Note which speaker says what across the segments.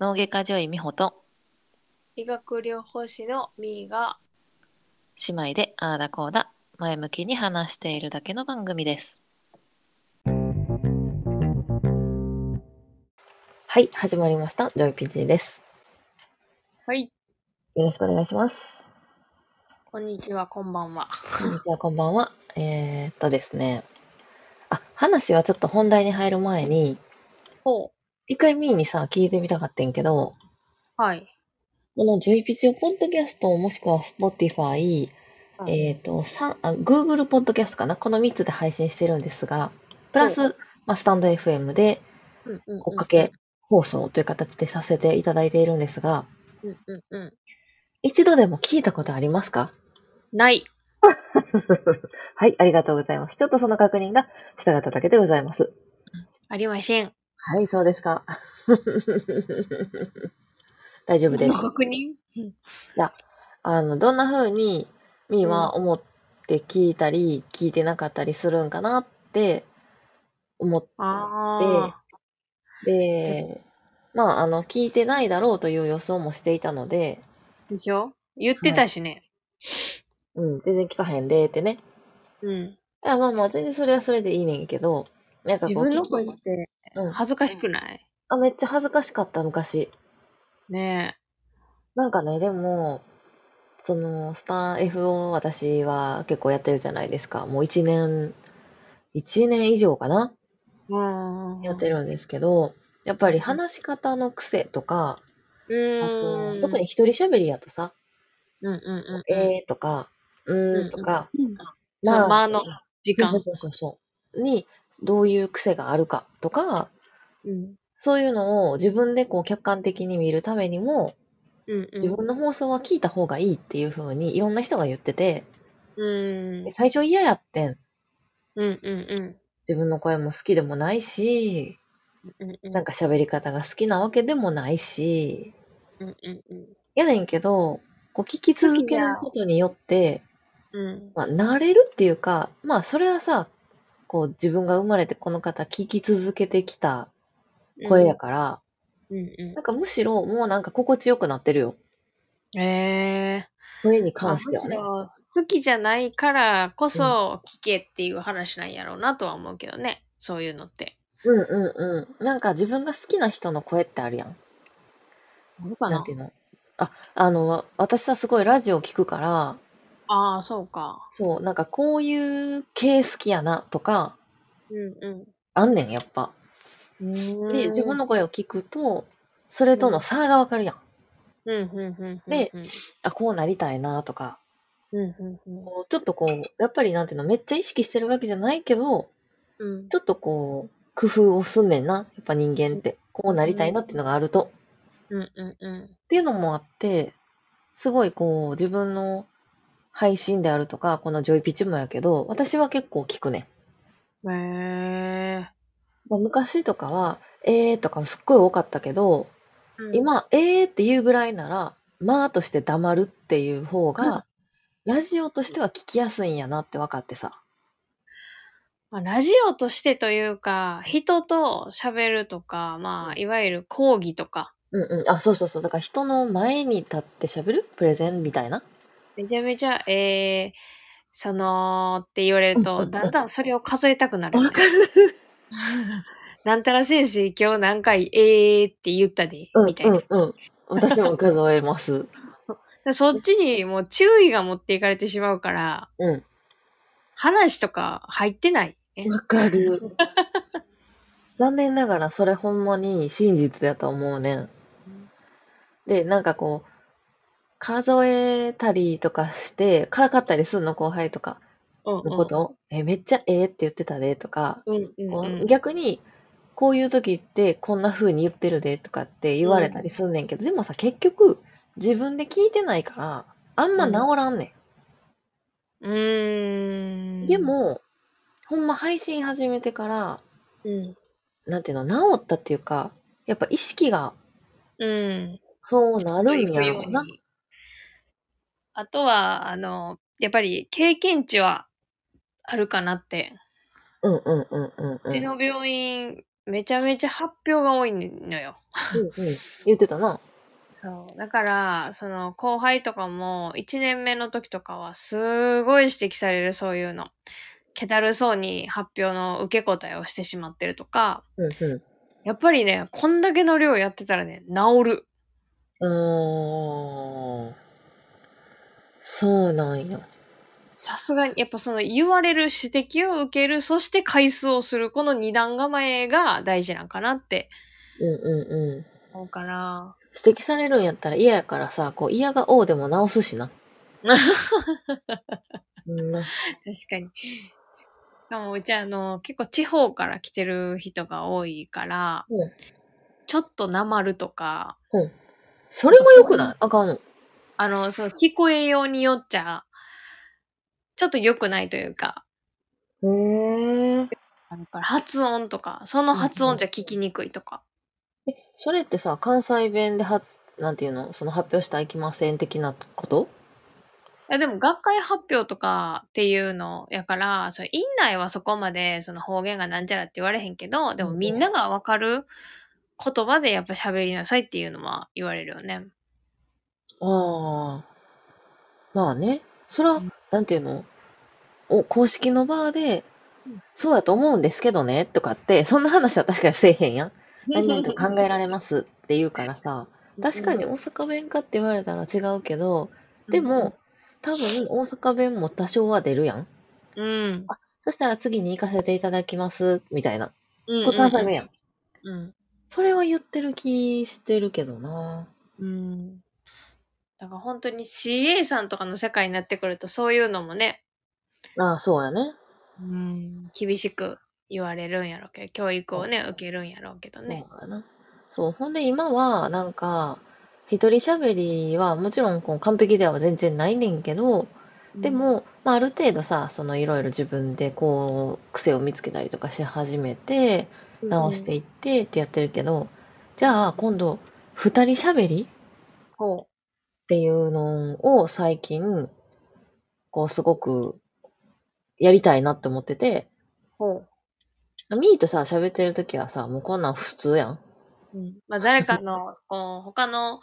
Speaker 1: 脳外科女医美穂と
Speaker 2: 医学療法士のみーが
Speaker 1: 姉妹でああだこうだ前向きに話しているだけの番組です。
Speaker 3: はい、始まりました。ジョイピッチです。
Speaker 2: はい
Speaker 3: よろしくお願いします。
Speaker 2: こんにちはこんばんは
Speaker 3: こんにちは、こんばんは。えー、っとですね。あ、話はちょっと本題に入る前に、
Speaker 2: ほ
Speaker 3: 一回ミーにさ、聞いてみたかってんけど、
Speaker 2: うはい
Speaker 3: このジョイピッチをポッドキャストもしくは Spotify、
Speaker 2: うん
Speaker 3: えーっと、さあ Google ポッドキャストかなこの3つで配信してるんですが、プラ
Speaker 2: う
Speaker 3: ス、まあ、スタンド FM で
Speaker 2: うんうんうん
Speaker 3: 追っかけ放送という形でさせていただいているんですが、
Speaker 2: うんうんうん
Speaker 3: 一度でも聞いたことありますか
Speaker 2: ない
Speaker 3: はい、ありがとうございます。ちょっとその確認がしたかっただけでございます。
Speaker 2: ありません
Speaker 3: はい、そうですか。 大丈夫です。
Speaker 2: 確認うん
Speaker 3: あの、どんな風に、みーは思って聞いたり、聞いてなかったりするんかなって思っ
Speaker 2: あ
Speaker 3: て、まあ、あの、聞いてないだろうという予想もしていたので、
Speaker 2: あでしょ言ってたしね、
Speaker 3: うん、全然聞かへんでってね。
Speaker 2: うん
Speaker 3: いや、まあまあ、全然それはそれでいいねんけど、なんかこ
Speaker 2: 自
Speaker 3: う、
Speaker 2: 分の
Speaker 3: 聞き
Speaker 2: 声って
Speaker 3: うん
Speaker 2: 恥ずかしくない、
Speaker 3: あ、めっちゃ恥ずかしかった、昔。
Speaker 2: ね
Speaker 3: なんかね、でも、その、スター F を私は結構やってるじゃないですか。もう1年、1年以上かな
Speaker 2: えうん
Speaker 3: やってるんですけど、やっぱり話し方の癖とか、
Speaker 2: う
Speaker 3: あ
Speaker 2: ー
Speaker 3: と
Speaker 2: ん
Speaker 3: 特に一人喋りやとさ、
Speaker 2: うんうんうん
Speaker 3: えーとか、う
Speaker 2: う
Speaker 3: ー
Speaker 2: ん
Speaker 3: んとか、
Speaker 2: うん
Speaker 3: まあ
Speaker 2: そうまあの時間
Speaker 3: そうそうそうそう、にどういう癖があるかとか、
Speaker 2: うん
Speaker 3: そういうのを自分でこう客観的に見るためにも、
Speaker 2: うんうん
Speaker 3: 自分の放送は聞いた方がいいっていうふうにいろんな人が言ってて、
Speaker 2: うん
Speaker 3: で最初嫌やってん。
Speaker 2: うんうん
Speaker 3: 自分の声も好きでもないし、
Speaker 2: うんうん
Speaker 3: なんか喋り方が好きなわけでもないし、
Speaker 2: うんうんうん
Speaker 3: やねんけど、こう聞き続けることによって、
Speaker 2: うん
Speaker 3: まあ、慣れるっていうか、まあ、それはさ、こう自分が生まれてこの方聞き続けてきた声やから、
Speaker 2: うんうん
Speaker 3: なんかむしろもうなんか心地よくなってるよ。
Speaker 2: うん。え
Speaker 3: 声に
Speaker 2: ー、ま
Speaker 3: 関
Speaker 2: あ
Speaker 3: し
Speaker 2: む
Speaker 3: ては
Speaker 2: し
Speaker 3: ね。
Speaker 2: ろ好きじゃないからこそ聞けっていう話なんやろうなとは思うけどね、そういうのって。
Speaker 3: うんうんうん。なんか自分が好きな人の声ってあるやん。
Speaker 2: あるか
Speaker 3: なん
Speaker 2: な
Speaker 3: ていうのあ、あの、私さ、すごいラジオ聞くから、
Speaker 2: ああ、そうか。
Speaker 3: そう、なんかこういう系好きやなとか、
Speaker 2: うん
Speaker 3: あんねん、やっぱ。
Speaker 2: うん。
Speaker 3: で、自分の声を聞くと、それとの差がわかるやん。
Speaker 2: うんうんうんうんうん。
Speaker 3: であ、こうなりたいなとか、
Speaker 2: うんうんうん
Speaker 3: こうちょっとこう、やっぱりなんていうの、めっちゃ意識してるわけじゃないけど、
Speaker 2: うん。
Speaker 3: ちょっとこう、工夫をすんねんな。やっぱ人間って、こうなりたいなっていうのがあると。っ
Speaker 2: うんうんうん。
Speaker 3: ていうのもあって、すごいこう、自分の配信であるとか、このジョイピチもやけど、私は結構聞くねん。
Speaker 2: へえ
Speaker 3: まあ昔とかは、えーとかもすっごい多かったけど、
Speaker 2: ー。
Speaker 3: 今、えーっていうぐらいなら、まあとして黙るっていう方が、ラジオとしては聞きやすいんやなって分かってさ。
Speaker 2: まあ、ラジオとしてというか、人と喋るとか、まあ、いわゆる講義とか、
Speaker 3: うんうん。あ、そうそうそう。だから人の前に立って喋るプレゼンみたいな。
Speaker 2: めちゃめちゃ、えー、そのって言わ
Speaker 3: う
Speaker 2: れる
Speaker 3: んうん
Speaker 2: と、
Speaker 3: うん
Speaker 2: だんだんそれを数えたくなるよね、
Speaker 3: わかる。
Speaker 2: なんたら先生、今日何回、えーって言ったで、
Speaker 3: うん
Speaker 2: みたいな。
Speaker 3: うんうん。私も数えます。
Speaker 2: そっちにもう注意が持っていかれてしまうから、
Speaker 3: うん。
Speaker 2: 話とか入ってない、ね。
Speaker 3: わかる。 残念ながらそれほんまに真実だと思うねん。で、なんかこう、数えたりとかして、からかったりすんの後輩とか
Speaker 2: うんうん
Speaker 3: のことを、え、めっちゃええって言ってたでとか、
Speaker 2: うんうんうん
Speaker 3: 逆に、こういう時ってこんな風に言ってるでとかって言われたりすんねんけど、でもさ、結局、自分で聞いてないから、あんま治らんねん。
Speaker 2: うーん。
Speaker 3: で、も、ほんま配信始めてから、
Speaker 2: うん。
Speaker 3: なんていうの、治ったっていうか、やっぱ意識が
Speaker 2: うん。
Speaker 3: そうなるんや
Speaker 2: そういう
Speaker 3: ろ
Speaker 2: よ
Speaker 3: う
Speaker 2: う
Speaker 3: な。
Speaker 2: にあとは、あの、やっぱり経験値はあるかなって
Speaker 3: うんうんうんうんうん。
Speaker 2: うちの病院、めちゃめちゃ発表が多いのよ。
Speaker 3: うんうん言ってたな。
Speaker 2: そう。だから、その後輩とかも、1年目の時とかは、すごい指摘される、そういうの。けだるそうに発表の受け答えをしてしまってるとか、
Speaker 3: うんう
Speaker 2: やっぱりね、こんだけの量やってたらね、治る。
Speaker 3: ん。あーそうなんや。
Speaker 2: さすがに、やっぱその言われる指摘を受ける、そして回数をする、この二段構えが大事なんかなって
Speaker 3: うんうんうん。
Speaker 2: 思うかな。
Speaker 3: 指摘されるんやったら嫌やからさ、こう嫌が王でも直すし な。うんな。
Speaker 2: 確かに。しかもうちあの、結構地方から来てる人が多いから、
Speaker 3: うん
Speaker 2: ちょっとなまるとか、
Speaker 3: それも良くないあかんの。
Speaker 2: あの、そう、聞こえようによっちゃ、ちょっと良くないというか、
Speaker 3: へえ。
Speaker 2: あるから発音とか、その発音じゃ聞きにくいとか。
Speaker 3: それってさ、関西弁で発、なんていうのその発表したらいきません的なこと
Speaker 2: いやでも学会発表とかっていうのやから、その院内はそこまでその方言がなんちゃらって言われへんけど、でも
Speaker 3: うん
Speaker 2: みんながわかる言葉でやっぱ喋りなさいっていうのは言われるよね。
Speaker 3: ああ。まあね。それ
Speaker 2: う
Speaker 3: は
Speaker 2: ん、
Speaker 3: なんていうのお、公式の場で、そうやと思うんですけどね、とかって、そんな話は確かにせえへんやん。何々と考えられますって言うからさ、確かに大阪弁かって言われたら違うけど、でも、多分大阪弁も多少は出るやん。
Speaker 2: うん、うん。
Speaker 3: そしたら次に行かせていただきます、みたいな。
Speaker 2: うん
Speaker 3: これ関西弁やん。
Speaker 2: うん。
Speaker 3: それは言ってる気してるけどな。
Speaker 2: うん。だから本当に CA さんとかの世界になってくるとそういうのもね、
Speaker 3: ああ、そうやね。
Speaker 2: うん、厳しく言われるんやろうけど、教育をね、受けるんやろうけどね。
Speaker 3: そうだな。そう、ほんで今は、なんか、一人喋りはもちろんこう完璧では全然ないねんけど、でも、まあ、ある程度さ、そのいろいろ自分でこう、癖を見つけたりとかし始めて、
Speaker 2: うん、
Speaker 3: 直していってってやってるけど、じゃあ今度、二人喋り
Speaker 2: ほ
Speaker 3: っていうのを最近、こう、すごくやりたいなって思ってて、
Speaker 2: う、ほ
Speaker 3: ミーとさ、喋ってる時はさ、もうこんなん普通やん。
Speaker 2: う。うん、まあ、誰かの、 こう、他の、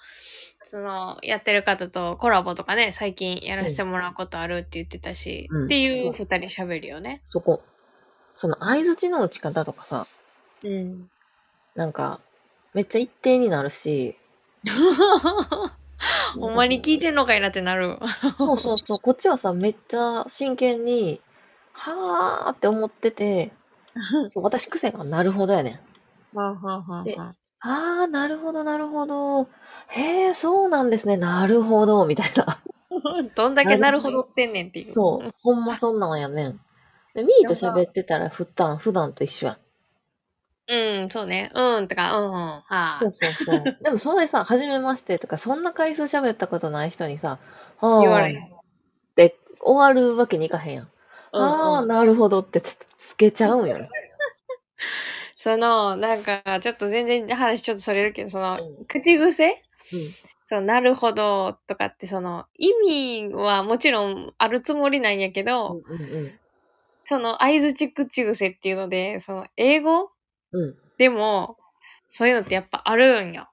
Speaker 2: その、やってる方とコラボとかね、最近やらせてもらうことあるって言ってたし、
Speaker 3: うん
Speaker 2: っていう二人喋るよね。
Speaker 3: そこ。その相槌の打ち方とかさ、
Speaker 2: うん。
Speaker 3: なんか、めっちゃ一定になるし、
Speaker 2: ほんまに聞いてんのかいなってなる。
Speaker 3: そうそうそう、こっちはさ、めっちゃ真剣に、はーって思って て、そう私癖がなるほどやねん。
Speaker 2: はあはあはあ
Speaker 3: で
Speaker 2: はあ
Speaker 3: あー、なるほど、なるほど。へー、そうなんですね。なるほど、みたいな。
Speaker 2: どんだけなるほどってんねんっていう。
Speaker 3: そう、ほんまそんなんやねん。で、ミーと喋ってたら、普段、普段と一緒やん。
Speaker 2: うん、そうね。うん、とか、うん、うん、はあ
Speaker 3: そ。うそうそう。でも、そんなにさ、初めましてとか、そんな回数喋ったことない人にさ、は
Speaker 2: 言われへ
Speaker 3: ー
Speaker 2: ん。
Speaker 3: って終わるわけにいかへんやん。
Speaker 2: うん
Speaker 3: あ
Speaker 2: う
Speaker 3: ー、
Speaker 2: ん
Speaker 3: なるほどってつ、つけちゃうんよね。
Speaker 2: その、なんか、ちょっと全然話ちょっとそれるけど、その、
Speaker 3: う
Speaker 2: 口癖
Speaker 3: うん
Speaker 2: そう、なるほどとかって、その、意味はもちろんあるつもりなんやけど、
Speaker 3: うんうん
Speaker 2: その、相づち口癖っていうので、その、英語
Speaker 3: うん。うん。
Speaker 2: でも、そういうのってやっぱあるんよ。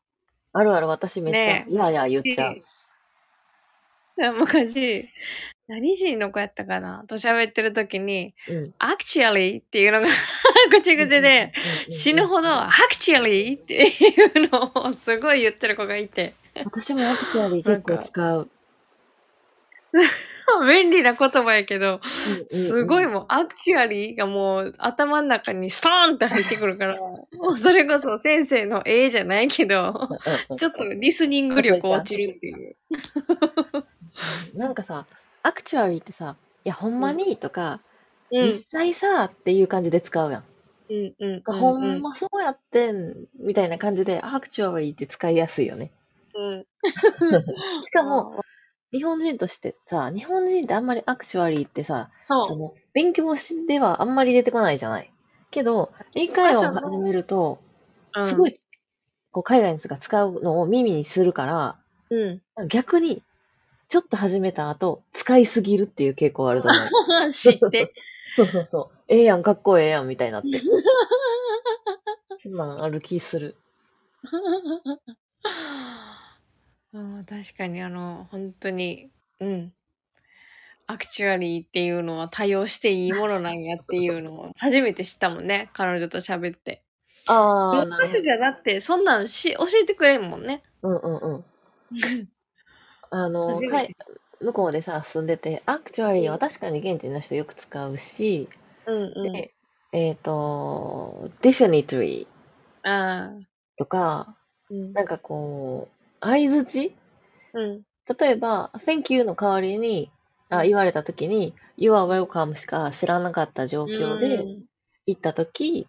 Speaker 3: あるある、私めっちゃ
Speaker 2: ね、え
Speaker 3: いやいや言っちゃう
Speaker 2: で。昔、何人の子やったかなと喋ってる時に、
Speaker 3: うん。
Speaker 2: actually っていうのが 口癖で、
Speaker 3: うん、
Speaker 2: 死ぬほど、
Speaker 3: うん
Speaker 2: actually っていうのをすごい言ってる子がいて、
Speaker 3: 私もアクセリ結構使う。
Speaker 2: 便利な言葉やけど、
Speaker 3: うんうんうん
Speaker 2: すごいもう、アクチュアリーがもう頭の中にストーンって入ってくるから、もうそれこそ先生の絵じゃないけど、ちょっとリスニング力落ちるっていう。
Speaker 3: なんかさ、アクチュアリーってさ、いや、ほんまにとか、
Speaker 2: う
Speaker 3: 実。際さっていう感じで使うやん。
Speaker 2: うんうん。
Speaker 3: ほんまそうやってんみたいな感じで、アクチュアリーって使いやすいよね。
Speaker 2: うん。
Speaker 3: しかも、、日本人としてさ、日本人ってあんまりアクチュアリーってさ、そ
Speaker 2: そ
Speaker 3: の勉強しではあんまり出てこないじゃない。けど、英会話を始めると、
Speaker 2: う。
Speaker 3: すご。い、こう海外の人が使うのを耳にするから、
Speaker 2: うん。
Speaker 3: 逆 に、ちょっと始めた後、使いすぎるっていう傾向あると思う。
Speaker 2: 知って。
Speaker 3: そうそうそう。ええやん、かっこええやん、みたいにな って。そんなんある気する。
Speaker 2: うん確かにあの本当にうんアクチュアリーっていうのは多用していいものなんやっていうのを初めて知ったもんね彼女と喋って
Speaker 3: ああ、
Speaker 2: 教科書じゃだってそんなんし教えてくれんもんね
Speaker 3: うんうんうん。あの、
Speaker 2: 初
Speaker 3: は
Speaker 2: め
Speaker 3: い
Speaker 2: て知っ
Speaker 3: 向こうでさ、住んでて、アクチュアリーは確かに現地の人よく使うし、
Speaker 2: たうんうん
Speaker 3: でえっ、と、definitely
Speaker 2: ああ
Speaker 3: とか、
Speaker 2: うん
Speaker 3: なんかこう、相づち
Speaker 2: うん
Speaker 3: 例えば、Thank you の代わりに、あ言われたときに、You are welcome しか知らなかった状況で、
Speaker 2: うん
Speaker 3: 行ったとき、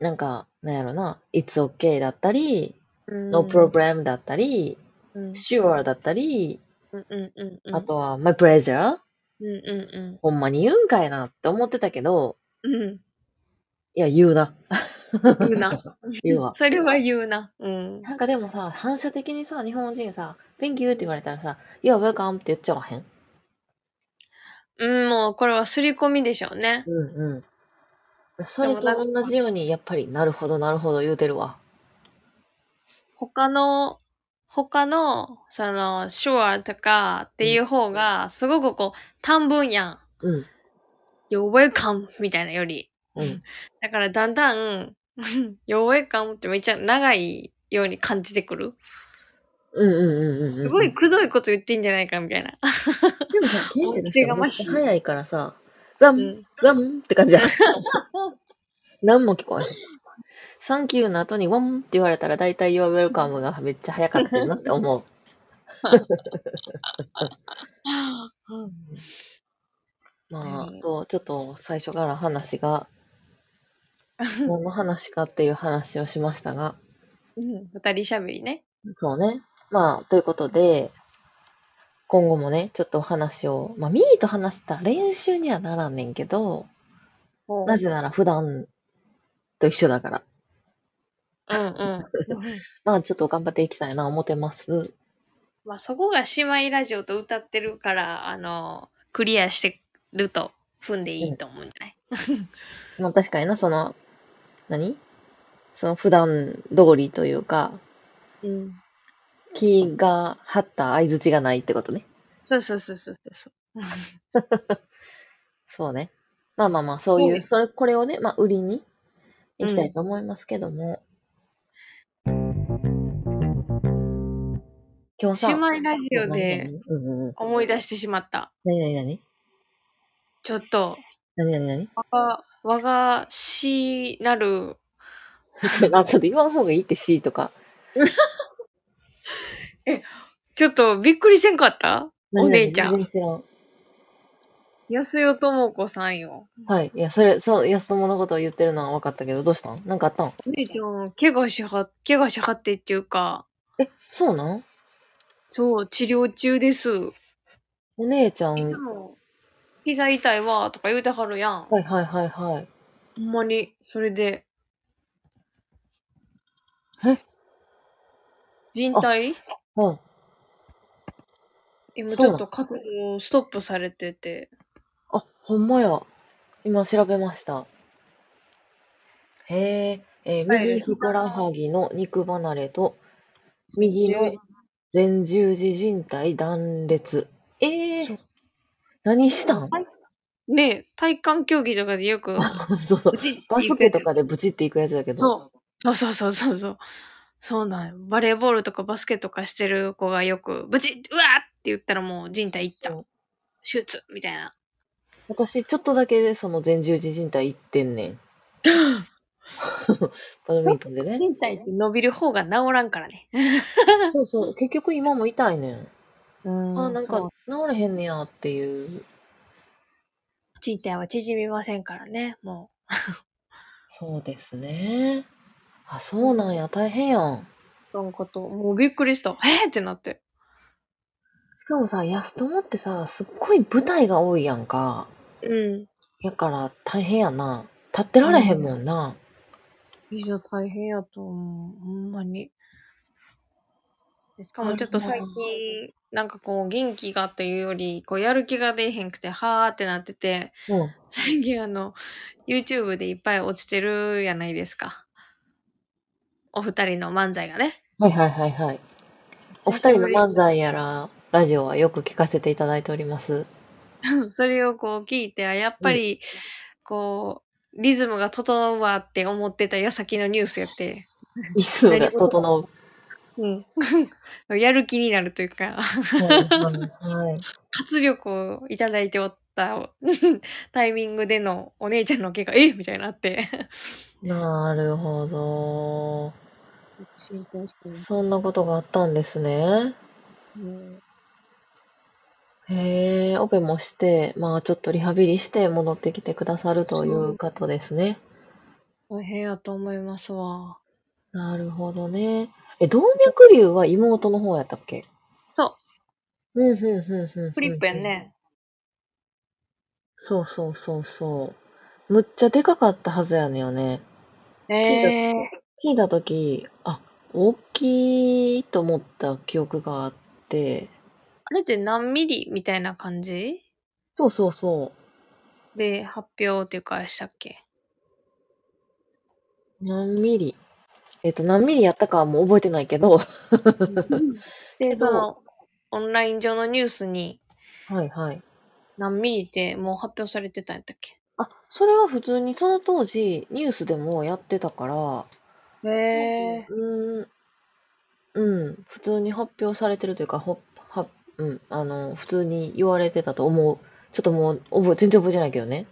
Speaker 3: なんか、なんやろな、It's okay だったり、No problem だったり、
Speaker 2: うん、
Speaker 3: Sure だったり、
Speaker 2: うんうんうんうん
Speaker 3: あとは My pleasure?
Speaker 2: うんう
Speaker 3: ほんまに言うんかいなって思ってたけど、
Speaker 2: んうんうん
Speaker 3: いや、言うな。
Speaker 2: 言うな
Speaker 3: 言う わ。
Speaker 2: それは言うなうん
Speaker 3: なんかでもさ、反射的にさ、日本人さ、Thank you って言われたらさ、You are welcome って言っちゃわへん。
Speaker 2: うん、もうこれは刷り込みでしょうね。
Speaker 3: うんうん。それと
Speaker 2: でもなんか
Speaker 3: 同じように、やっぱり、なるほど、なるほど言うてるわ。
Speaker 2: 他の、他の、その、sure とかっていう方が、すごくこう、短文やん。
Speaker 3: うん。
Speaker 2: You're welcome みたいなより。
Speaker 3: うん。
Speaker 2: だからだんだん、You're welcome ってめっちゃ長いように感じてくる。
Speaker 3: うんうんうんうんうん。
Speaker 2: すごい。くどいこと言ってんじゃないかみたいな。
Speaker 3: でもさ、現地
Speaker 2: お癖
Speaker 3: の人
Speaker 2: が
Speaker 3: めっ
Speaker 2: ましい
Speaker 3: ちゃ早いからさ、ラ
Speaker 2: う
Speaker 3: ン、
Speaker 2: ん、
Speaker 3: ランって感じや。何も聞こえへん。サンキューの後にワンって言われたら大体 You are welcome がめっちゃ早かったよなって思 う。まあ、
Speaker 2: うん
Speaker 3: と、ちょっと最初から話 が、何の話かっていう話をしましたが、
Speaker 2: うん 二人しゃべりね。
Speaker 3: そうね。まあ、ということで、今後もね、ちょっとお話を、まあ、ミーと話した練習にはならんねんけど、
Speaker 2: ほう
Speaker 3: なぜなら普段と一緒だから。
Speaker 2: うんうん。
Speaker 3: まあ、ちょっと頑張っていきたいな、思ってます。
Speaker 2: まあそこが姉妹ラジオと歌ってるから、あの、クリアしてると踏んでいいと思うんじゃない、
Speaker 3: まあ、確かにな、その、何その普段通りというか、
Speaker 2: うん、
Speaker 3: 気が張った相槌がないってことね。
Speaker 2: そうそうそうそうそう。
Speaker 3: そうね。まあまあまあ、そうい
Speaker 2: そう
Speaker 3: う、
Speaker 2: ね
Speaker 3: それ、これをね、まあ、売りに行きたいと思いますけども。今日さ、
Speaker 2: 姉妹ラジオで
Speaker 3: 何々、うんうんうん。
Speaker 2: 思い出してしまった。
Speaker 3: 何々
Speaker 2: ちょっと、
Speaker 3: 何々何
Speaker 2: 我が、我が死なる、
Speaker 3: 々 あ、ちょっと言わん方がいいって C とか。
Speaker 2: ちょっとびっくりせんかったお姉ちゃ
Speaker 3: 何
Speaker 2: ん。
Speaker 3: 々全然知らん。
Speaker 2: 安代智子さんよ。
Speaker 3: はい。いや、それ、そう、安友のことを言ってるのは分かったけど、どうしたんなんかあったん
Speaker 2: お姉ちゃん、怪我しは、怪我しはってっていうか、
Speaker 3: え、そうなん
Speaker 2: そう、治療中です。
Speaker 3: お姉ちゃん。
Speaker 2: いつ
Speaker 3: は
Speaker 2: も、膝痛いわ、とか言うてはるやん。
Speaker 3: いはいはいはい。
Speaker 2: ほんまに、それで。
Speaker 3: え
Speaker 2: 人体
Speaker 3: うん。
Speaker 2: 今
Speaker 3: そ
Speaker 2: ち
Speaker 3: う
Speaker 2: ょ
Speaker 3: なの
Speaker 2: っと活動ストップされてて。
Speaker 3: あ、ほんまや。今調べました。へえ、えー
Speaker 2: はい
Speaker 3: 右ふくらはぎの肉離れと、右の
Speaker 2: 十字
Speaker 3: 前十字靭帯断裂。ええ
Speaker 2: そう
Speaker 3: 何したん
Speaker 2: ねえ、体幹競技とかでよく、
Speaker 3: そうそう
Speaker 2: ブ。チッて
Speaker 3: バ
Speaker 2: 行
Speaker 3: ス
Speaker 2: くや
Speaker 3: ケ
Speaker 2: つ
Speaker 3: とかでブチっていくやつだけど。
Speaker 2: そそうそうそうそうそう。そうなんよバレーボールとかバスケとかしてる子がよく、ブチッうわーって言ったらもう人体いった
Speaker 3: そう。
Speaker 2: 手術みたいな。
Speaker 3: 私、ちょっとだけその前十字靭帯行ってんね ん。バドミントンでね。
Speaker 2: 人体って伸びる方が治らんからね。
Speaker 3: そうそう。結局今も痛いねん。
Speaker 2: うん
Speaker 3: あ、なんか治らへんねやっていう。
Speaker 2: 人体は縮みませんからね、も
Speaker 3: そうですね。あ、そうなんや。大変やん。
Speaker 2: う。なんかと、もうびっくりした。えー、ってなって。
Speaker 3: しかもさ、安友ってさ、すっごい舞台が多いやんか。
Speaker 2: うん。
Speaker 3: やから大変やな。立ってられへんもんな。
Speaker 2: いざ大変やと思う。ほんまに。しかもちょっと最近、なんかこう、元気がっていうより、こう、やる気が出えへんくて、はーってなってて、
Speaker 3: うん。
Speaker 2: 最近あの、YouTube でいっぱい落ちてるやないですか。お二人の漫才がね。
Speaker 3: はいはいはいはい。お二人の漫才やら、ラジオはよく聞かせていただいており ます。
Speaker 2: 才。それをこう聞いて、あやっぱり、こう、リズムが整うわって思ってた矢先のニュースやって、
Speaker 3: リズムが整う。
Speaker 2: うん。 やる気になるという
Speaker 3: はい
Speaker 2: か、
Speaker 3: はいはい。
Speaker 2: 活力をいただいておった タイミングでのお姉ちゃんの毛が、えみたいになって。
Speaker 3: なるほど。
Speaker 2: 進行してま
Speaker 3: そんなことがあったんですね。
Speaker 2: うん
Speaker 3: へえ、オペもして、まあちょっとリハビリして戻ってきてくださるということですね。
Speaker 2: 大変やと思いますわ。
Speaker 3: なるほどね。え、動脈瘤は妹の方やったっけ。
Speaker 2: そう
Speaker 3: うん、うん、うん、うんうん。
Speaker 2: フリップやんね。
Speaker 3: そうそうそうそう。むっちゃでかかったはずやねんよね。
Speaker 2: ええ
Speaker 3: 聞いたとき、あ、大きいと思った記憶があって、
Speaker 2: あれって何ミリみたいな感じ
Speaker 3: そうそうそ
Speaker 2: で発表っていうかしたっけ
Speaker 3: う。何ミリ。えっと、何ミリやったかはもう覚えてないけど。は
Speaker 2: で、
Speaker 3: けど
Speaker 2: その、オンライン上のニュースに
Speaker 3: いはい。
Speaker 2: 何ミリってもう発表されてたんやったっけ
Speaker 3: あ、それは普通にその当時ニュースでもやってたから、
Speaker 2: へえ
Speaker 3: うーん、うん、普通に発表されてるというか、ほ、は、うん、あの、普通に言われてたと思う。ちょっともう、覚え、全然覚えてないけどね。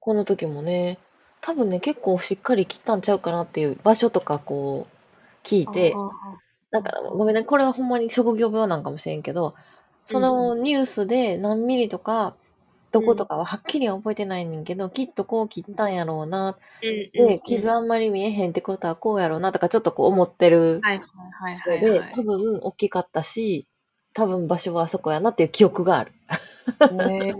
Speaker 3: この時もね、多分ね、結構しっかり切ったんちゃうかなっていう場所とかこう、聞いて、だからごめんね、これはほんまに職業病なんかもしれんけど、そのニュースで何ミリとか、どことかははっきりは覚えてないねんけど、きっとこう切ったんやろうなで、傷
Speaker 2: は
Speaker 3: あんまり見えへんってことはこうやろうなとか、ちょっとこう思ってる
Speaker 2: いはいは
Speaker 3: の
Speaker 2: いはい、
Speaker 3: で、
Speaker 2: はい
Speaker 3: 多分大きかったし、多分場所はあそこやなっていう記憶がある。
Speaker 2: へえ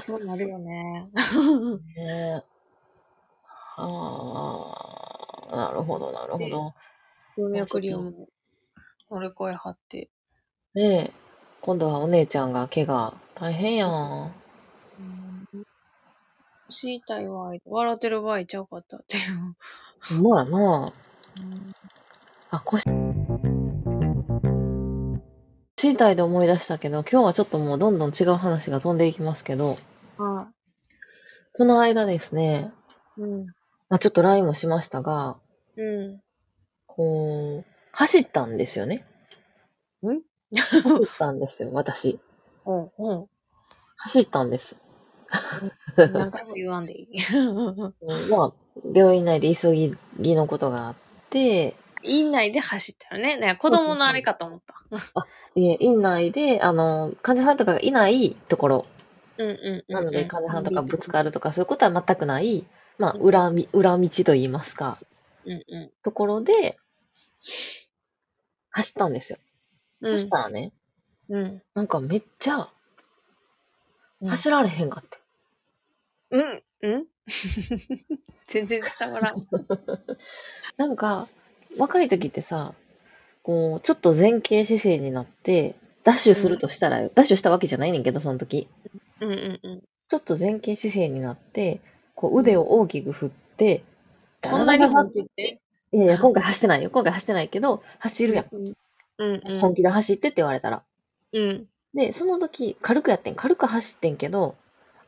Speaker 2: そうなるよね。
Speaker 3: ねああ、なるほど、なるほど。
Speaker 2: 動脈瘤も乗り越えはって。
Speaker 3: ねえ、今度はお姉ちゃんが怪我。大変やん。
Speaker 2: 死いたいわ、笑ってる場合ちゃうかったっていう。
Speaker 3: ほんまやな。あ、腰。椎体で思い出したけど、今日はちょっともうどんどん違う話が飛んでいきますけど、
Speaker 2: は
Speaker 3: この間ですね、
Speaker 2: い。うん。
Speaker 3: まあ、ちょっと LINE もしましたが、
Speaker 2: う
Speaker 3: こう、走ったんですよね。
Speaker 2: ん
Speaker 3: 走ったんですよ、私。
Speaker 2: ん。うん。う
Speaker 3: 走ったんです。
Speaker 2: ん。何回も言わんでいい。
Speaker 3: うんまあ、病院内で急ぎぎのことがあって、
Speaker 2: 院内で走ったよね。ね子供のあれかと思った。
Speaker 3: で院内で、あの、患者さんとかがいないところ、
Speaker 2: うんうん。
Speaker 3: なので患者さんとかぶつか
Speaker 2: る。
Speaker 3: るとかそういうことは全くない、まあ、裏み、裏道といいますか、
Speaker 2: うんう
Speaker 3: ところで、走ったんですよ。
Speaker 2: ん。
Speaker 3: そしたらね、
Speaker 2: うん。
Speaker 3: なんかめっちゃ、
Speaker 2: うん
Speaker 3: 走られへんかった。
Speaker 2: うん。うん。 全然伝わ らん。
Speaker 3: なんか、若い時ってさ、こう、ちょっと前傾姿勢になって、ダッシュするとしたらよ、ダッシュしたわけじゃないねんけど、その時。
Speaker 2: うんうんうん。
Speaker 3: ちょっと前傾姿勢になって、こう腕を大きく振って、
Speaker 2: そんなに本気で。
Speaker 3: いやいや、今回走ってないよ。今回走ってないけど、走るやん。
Speaker 2: うんうん。
Speaker 3: 本気で走ってって言われたら。
Speaker 2: うん。
Speaker 3: で、その時、軽くやってん。軽く走ってんけど、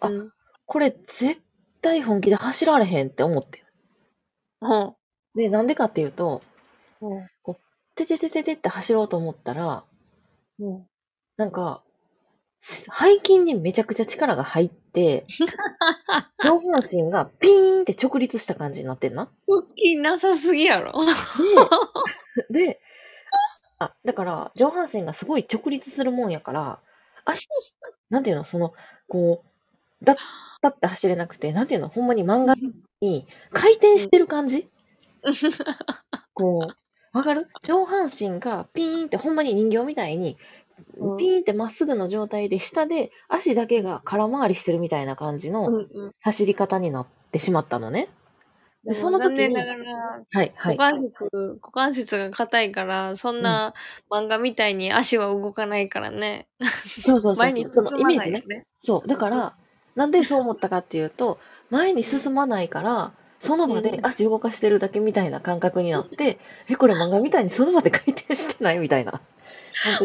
Speaker 3: あ
Speaker 2: うん。
Speaker 3: これ絶対本気で走られへんって思ってん。
Speaker 2: ほ
Speaker 3: で、なんでかっていうと、
Speaker 2: う。ほ
Speaker 3: てててててって走ろうと思ったら、
Speaker 2: う。ほう。
Speaker 3: なんか、背筋にめちゃくちゃ力が入って、上半身がピーンって直立した感じになってんな。
Speaker 2: 腹筋なさすぎやろ。
Speaker 3: で、で、あ、だから、上半身がすごい直立するもんやから、あ、なんていうの、その、こう、だ、だって走れなくて、なんていうの、ほんまに漫画に回転してる感じこう、わかる上半身がピーンって、ほんまに人形みたいに、
Speaker 2: うん
Speaker 3: ピーンってまっすぐの状態で、下で足だけが空回りしてるみたいな感じ
Speaker 2: う
Speaker 3: の
Speaker 2: んうん。
Speaker 3: 走り方になってしまったのね。で、
Speaker 2: でも
Speaker 3: その
Speaker 2: 残
Speaker 3: 時
Speaker 2: 念
Speaker 3: に、
Speaker 2: ながら、
Speaker 3: はい、はい
Speaker 2: 股。関節、股関節が硬いから、そんな漫画みたいに足は動かないからね。
Speaker 3: そうそうそう
Speaker 2: 前に
Speaker 3: そう。その
Speaker 2: 進
Speaker 3: イ
Speaker 2: ま
Speaker 3: メ
Speaker 2: な
Speaker 3: ージ
Speaker 2: いよ
Speaker 3: ね。
Speaker 2: ね。
Speaker 3: そう。だから、なんでそう思ったかっていうと、前に進まないから、その場で
Speaker 2: うん
Speaker 3: 足動かしてるだけみたいな感覚になって、え、これ漫画みたいにその場で回転してないみたいな。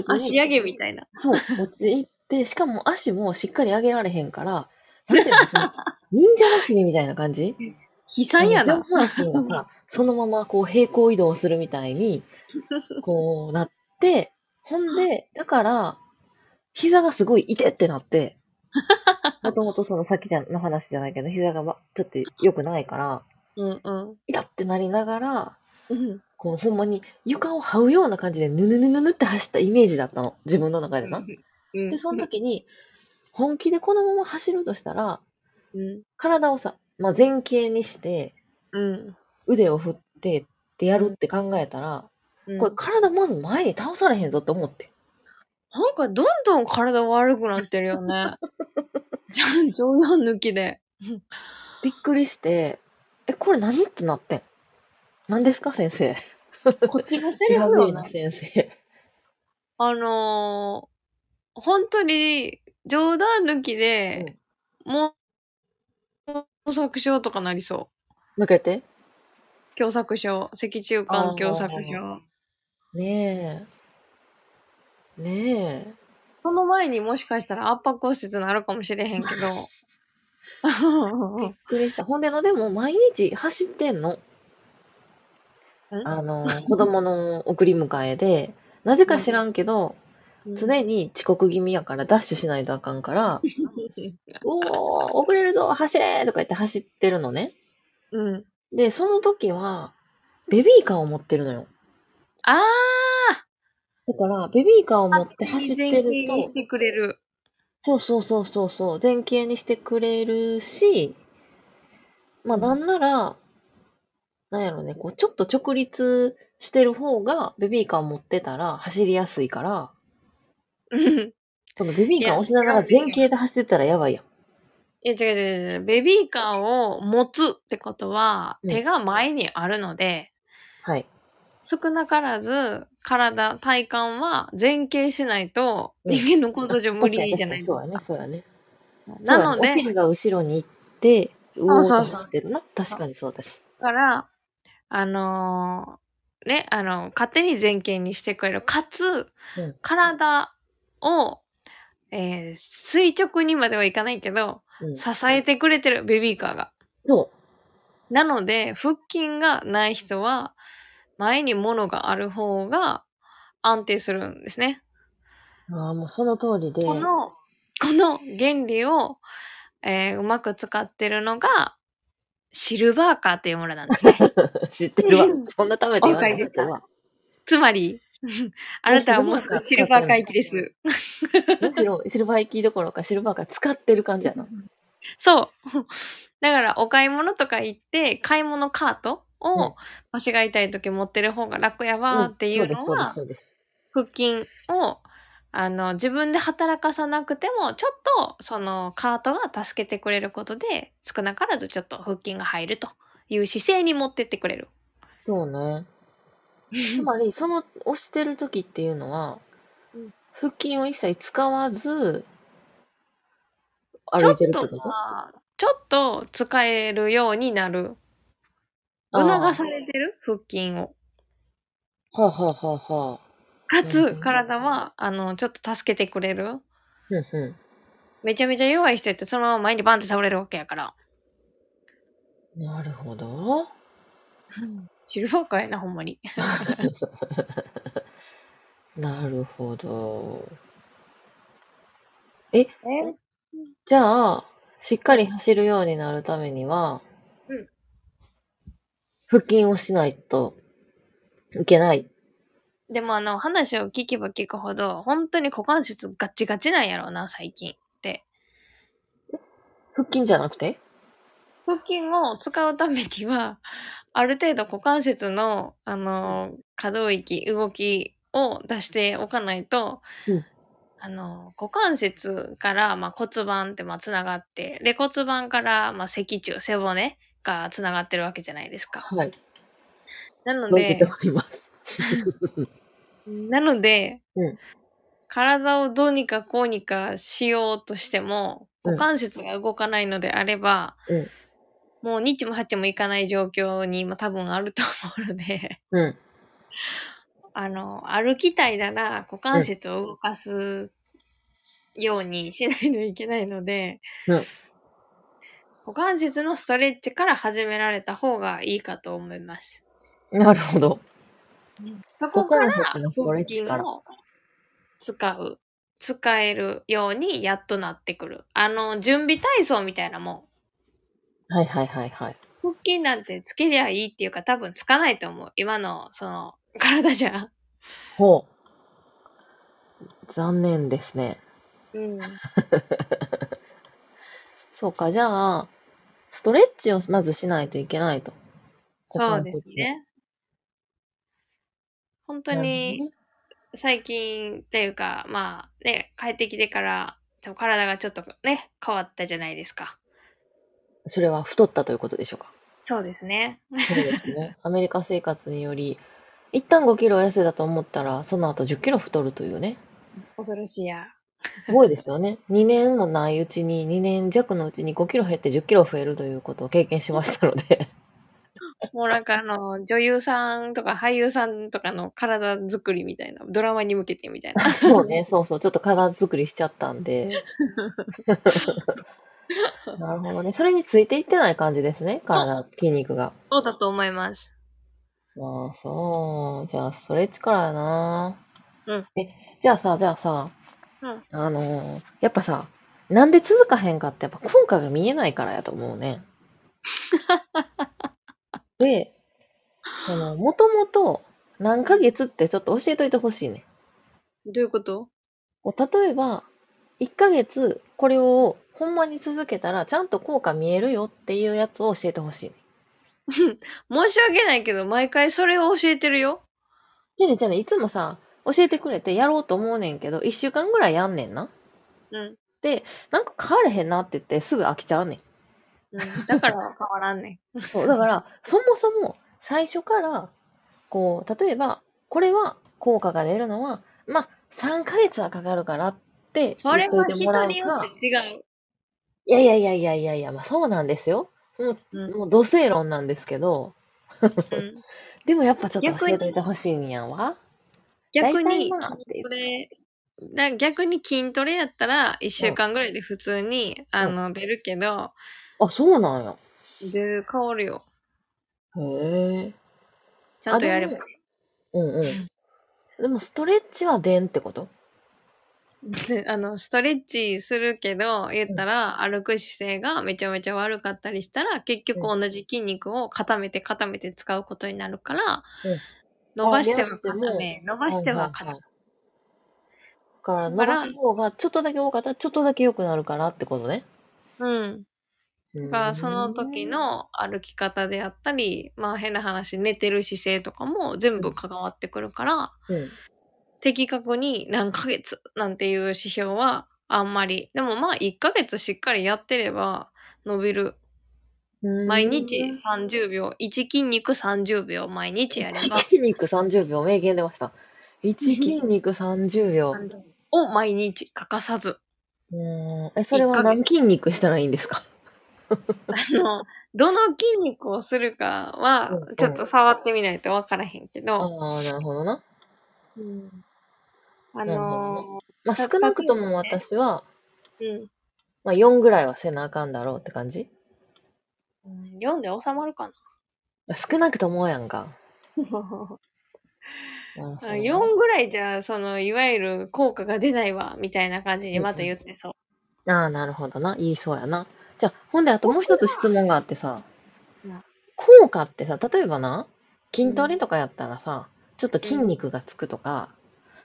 Speaker 2: 足上げみたいな。
Speaker 3: そう、持ち入って、しかも足もしっかり上げられへんから、なんていうの、その忍者走りみたいな感じ
Speaker 2: 悲惨や
Speaker 3: あの
Speaker 2: な。
Speaker 3: 上半身がさ、そのままこう平行移動するみたいに、こうなって、ほんで、だから、膝がすごい痛ってな って、もともとそのさっきじゃんの話じゃないけど、膝がまちょっと良くないから、
Speaker 2: うんうん
Speaker 3: 痛ってなりながら、
Speaker 2: うん。
Speaker 3: こうほんまに床を這うような感じでぬぬぬぬぬって走ったイメージだったの。自分の中でな。
Speaker 2: うん
Speaker 3: で、その時に、本気でこのまま走るとしたら、
Speaker 2: うん
Speaker 3: 体をさ、まあ、前傾にして、
Speaker 2: うん
Speaker 3: 腕を振ってってやるって考えたら、
Speaker 2: うん。
Speaker 3: これ体まず前に倒されへんぞって思って。
Speaker 2: なんかどんどん体悪くなってるよね。じゃあ冗談抜きで。
Speaker 3: びっくりして、え、これ何ってなってん。何ですか先生。
Speaker 2: こっちのセリ
Speaker 3: や
Speaker 2: フ
Speaker 3: べえ
Speaker 2: よな
Speaker 3: な。先生。
Speaker 2: あのー、本当に冗談抜きで、もう、狭作症とかなりそ
Speaker 3: 向けて。
Speaker 2: う。狭作症。脊柱管狭作症。
Speaker 3: ねえ。ねえ。
Speaker 2: その前にもしかしたら圧迫骨折なるかもしれへんけ
Speaker 3: びっ
Speaker 2: ど。
Speaker 3: くりした。ほんでの、でも毎日走ってんの。あ の、子供の送り迎えで、なぜか知らんけど、常に遅刻気味やからダッシュしないとあかん から、おー、遅れるぞ、走れとか言って走ってるのね。
Speaker 2: うん。
Speaker 3: で、その時は、ベビーカーを持ってるのよ。
Speaker 2: あ
Speaker 3: だから、ベビーカーを
Speaker 2: ー
Speaker 3: 持って走って
Speaker 2: 前
Speaker 3: る
Speaker 2: 傾にし
Speaker 3: と、
Speaker 2: てくれる。
Speaker 3: そうそうそうそうそう、前傾にしてくれるし、まあなんなら、なんやろね、こう、ちょっと直立してる方が、ベビーカーを持ってたら走りやすいから、
Speaker 2: うん
Speaker 3: そのベビーカーを押しながら
Speaker 2: いや違
Speaker 3: 前
Speaker 2: うんですよ
Speaker 3: 傾で走ってたらやばいやん。
Speaker 2: いや違う違う違う。ベビーカーを持つってことは、
Speaker 3: うん
Speaker 2: 手が前にあるので、
Speaker 3: はい。
Speaker 2: 少なからず体、体幹は前傾しないと
Speaker 3: うん
Speaker 2: 人間の構造上無理じゃないです
Speaker 3: 確かに
Speaker 2: か。
Speaker 3: そうやね、そうやね。
Speaker 2: なので、
Speaker 3: お尻が後ろに行って、
Speaker 2: そうそうそう
Speaker 3: うおーってなってるな。確かにそうです。
Speaker 2: だから、あのーね、あの、勝手に前傾にしてくれる。かつ
Speaker 3: うん、
Speaker 2: 体を、えー垂直にまではいかないけど、
Speaker 3: うん、
Speaker 2: 支えてくれてる、ベビーカーが。
Speaker 3: そ
Speaker 2: なので、腹筋がない人は、前に物がある方が安定するんですね。
Speaker 3: う。ああ、もうその 通りで。
Speaker 2: この、この原理を、えーうまく使ってるのが、シルバーカーというものな んですね。
Speaker 3: 知ってるわ
Speaker 2: うん。
Speaker 3: そんなためて 言わな
Speaker 2: お分かりで
Speaker 3: く
Speaker 2: してた
Speaker 3: は。
Speaker 2: つま り、あなたはもうすぐシルバーカー行きです。
Speaker 3: むしろシルバー行きどころかシルバーが使ってる感じやな。
Speaker 2: そう。 だから、お買い物とか行って、買い物カート
Speaker 3: うん
Speaker 2: を腰が痛い時持ってる方が楽やわーっていうの
Speaker 3: そうです、
Speaker 2: は、
Speaker 3: そうです、
Speaker 2: 腹筋をあの自分で働かさなくてもちょっとそのカートが助けてくれることで少なからずちょっと腹筋が入るという姿勢に持ってってくれる。
Speaker 3: そうです。そうね。つ まり、その押してる時っていうのは
Speaker 2: うん、
Speaker 3: 腹筋を一切使わず、
Speaker 2: ちょ
Speaker 3: 歩
Speaker 2: っ
Speaker 3: いてるって
Speaker 2: と
Speaker 3: こと
Speaker 2: まあちょっと使えるようになる
Speaker 3: あ
Speaker 2: 促
Speaker 3: ー
Speaker 2: されてる腹筋を
Speaker 3: はあ、はあはあはあ、
Speaker 2: か
Speaker 3: うんう
Speaker 2: つ
Speaker 3: ん
Speaker 2: 体はあのちょっと助けてくれる
Speaker 3: うんう
Speaker 2: めちゃめちゃ弱い人ってそのまま前にバンって倒れるわけやから
Speaker 3: ん。なるほど。
Speaker 2: シルバーカーやなほんまに
Speaker 3: なるほど。じゃあ、しっかり走るようになるためには、
Speaker 2: うん
Speaker 3: 腹筋をしないといけない。
Speaker 2: でもあの話を聞けば聞くほど本当に股関節ガッチガチなんやろうな最近って
Speaker 3: 腹筋じゃなくて
Speaker 2: 腹筋を使うためには ある程度股関節のあの可動域動きを出しておかないと、
Speaker 3: うん
Speaker 2: あの股関節から、まあ、骨盤ってまあつながってで骨盤から、まあ、脊柱背骨がつながってるわけじゃないですか。
Speaker 3: はい。
Speaker 2: なの
Speaker 3: 存じて
Speaker 2: で
Speaker 3: お、ります。
Speaker 2: なので、
Speaker 3: うん
Speaker 2: 体をどうにかこうにかしようとしても、
Speaker 3: うん
Speaker 2: 股関節が動かないのであれば、
Speaker 3: うん
Speaker 2: もうニッチもハッチもいかない状況に今多分あると思うので、
Speaker 3: うん。
Speaker 2: あの、歩きたいなら股関節を動かすようにしないといけないので、
Speaker 3: うん
Speaker 2: 股関節のストレッチから始められた方がいいかと思います。
Speaker 3: なるほど。
Speaker 2: そこから
Speaker 3: 股関節
Speaker 2: 腹
Speaker 3: のストレッ
Speaker 2: 筋
Speaker 3: チから
Speaker 2: を使う、使えるようにやっとなってくる。あの、準備体操みたいなも
Speaker 3: はいはいはいはい。
Speaker 2: ん、腹筋なんてつけりゃいいっていうか多分つかないと思う。今の、その、体じゃ。
Speaker 3: ほう。残念ですね。
Speaker 2: うん。
Speaker 3: そうか、じゃあ、ストレッチをまずしないといけないと。
Speaker 2: そうです
Speaker 3: 股
Speaker 2: ね。本当に最近っていうか、まあね、帰ってきてから、ちょ体がちょっとね、変わったじゃないですか。
Speaker 3: それは太ったということでし ょうか。
Speaker 2: そうですね。
Speaker 3: そうですね。アメリカ生活により、一旦5キロ痩せたと思ったら、その後10キロ太るというね。
Speaker 2: 恐ろしいや。
Speaker 3: すごいですよね。2年もないうちに、2年弱のうちに5キロ減って10キロ増えるということを経験しましたので。
Speaker 2: もうなんかあの、女優さんとか俳優さんとかの体作りみたいな、ドラマに向けてみたいな。
Speaker 3: そうね、そうそう、ちょっと体作りしちゃったんで。なるほどね。それについていってない感じですね、体、筋肉が。
Speaker 2: そうだと思います。
Speaker 3: まあ、そう。じゃあ、ストレッチからやな。
Speaker 2: うん。
Speaker 3: え、じゃあさ、じゃあさ、
Speaker 2: うん
Speaker 3: あのーやっぱさ、なんで続かへんかって、やっぱ効果が見えないからやと思う ね。で、その、もともと、何ヶ月ってちょっと教えといてほしいね。
Speaker 2: どういうこと
Speaker 3: こう例えば、1ヶ月、これを、ほんまに続けたら、ちゃんと効果見えるよっていうやつを教えてほしいね。
Speaker 2: 申し訳ないけど、毎回それを教えてるよ。
Speaker 3: じゃあね、じゃあね、いつもさ、教えてくれてやろうと思うねんけど、1週間ぐらいやんねんな。
Speaker 2: うん。
Speaker 3: なんか変われへんなって言ってすぐ飽きちゃうね
Speaker 2: うん、 だから変わらん ね
Speaker 3: ん。そう、だから、 そもそも最初から、こう、例えば、これは効果が出るのは、まあ、3ヶ月はかかるからって言
Speaker 2: ん。それ
Speaker 3: っと
Speaker 2: はい
Speaker 3: て
Speaker 2: 人
Speaker 3: もらう
Speaker 2: によ
Speaker 3: か、
Speaker 2: って違う。
Speaker 3: いやいやいやいやいやいや、まあそうなんですよ。もう、
Speaker 2: うん
Speaker 3: もう土星論なんですけど、
Speaker 2: うん、
Speaker 3: でもやっぱちょっと
Speaker 2: 逆
Speaker 3: 教
Speaker 2: に
Speaker 3: えといてほしいんやわ。
Speaker 2: 逆に、
Speaker 3: 大体まあっていう
Speaker 2: これ、だ逆に筋トレやったら、1週間ぐらいで普通に、あの、出るけど、
Speaker 3: あ、そうなんや。
Speaker 2: 出る、変わるよ。
Speaker 3: へえ。
Speaker 2: ちゃんとやれば
Speaker 3: あ。うんうん。でもストレッチはでんってこと
Speaker 2: で あの、ストレッチするけど、言ったら歩く姿勢がめちゃめちゃ悪かったりしたら、結局
Speaker 3: う
Speaker 2: 同じ筋肉を固めて固めて使うことになるから、
Speaker 3: うん
Speaker 2: 伸ばしては
Speaker 3: あ
Speaker 2: 固
Speaker 3: や
Speaker 2: め、伸ばしては固め。
Speaker 3: いいいだから伸ばす方がちょっとだけ多かったらちょっとだけ良くなるからってことね。
Speaker 2: うん。だからその時
Speaker 3: う
Speaker 2: の歩き方であったり、まあ変な話、寝てる姿勢とかも全部関わってくるから、
Speaker 3: ん、うん
Speaker 2: 的確に何ヶ月なんていう指標はあんまり。でもまあ1ヶ月しっかりやってれば伸びる
Speaker 3: うん
Speaker 2: 毎日30秒、1筋肉30秒毎日やれ ば、
Speaker 3: 筋肉30秒、名言出ました。1筋肉30秒。
Speaker 2: を毎日欠かさず。
Speaker 3: うーんえ、それは何筋肉したらいいんですか
Speaker 2: あの、どの筋肉をするかは
Speaker 3: うんうん、
Speaker 2: ちょっと触ってみないとわからへんけ
Speaker 3: あ
Speaker 2: ど、
Speaker 3: あー、なるほどな。
Speaker 2: あ
Speaker 3: なるほ
Speaker 2: の
Speaker 3: まあ、
Speaker 2: だ
Speaker 3: 少なくと
Speaker 2: だけ
Speaker 3: も
Speaker 2: どね
Speaker 3: 私は、
Speaker 2: ー、
Speaker 3: まあ、4ぐらいはせなあかんだろうって感じ
Speaker 2: うん。読んで収ま るかな。
Speaker 3: 少なくともやんか。なるほどな
Speaker 2: 4ぐらいじゃ、その、いわゆる効果が出ないわ、みたいな感じにまた言ってそう。
Speaker 3: ああ、なるほどな。言いそうやな。じゃあ、ほんで、あともう一つ質問があってさ
Speaker 2: うん、
Speaker 3: 効果ってさ、例えばな、筋トレとかやったらさ、ちょっと筋肉がつくとか、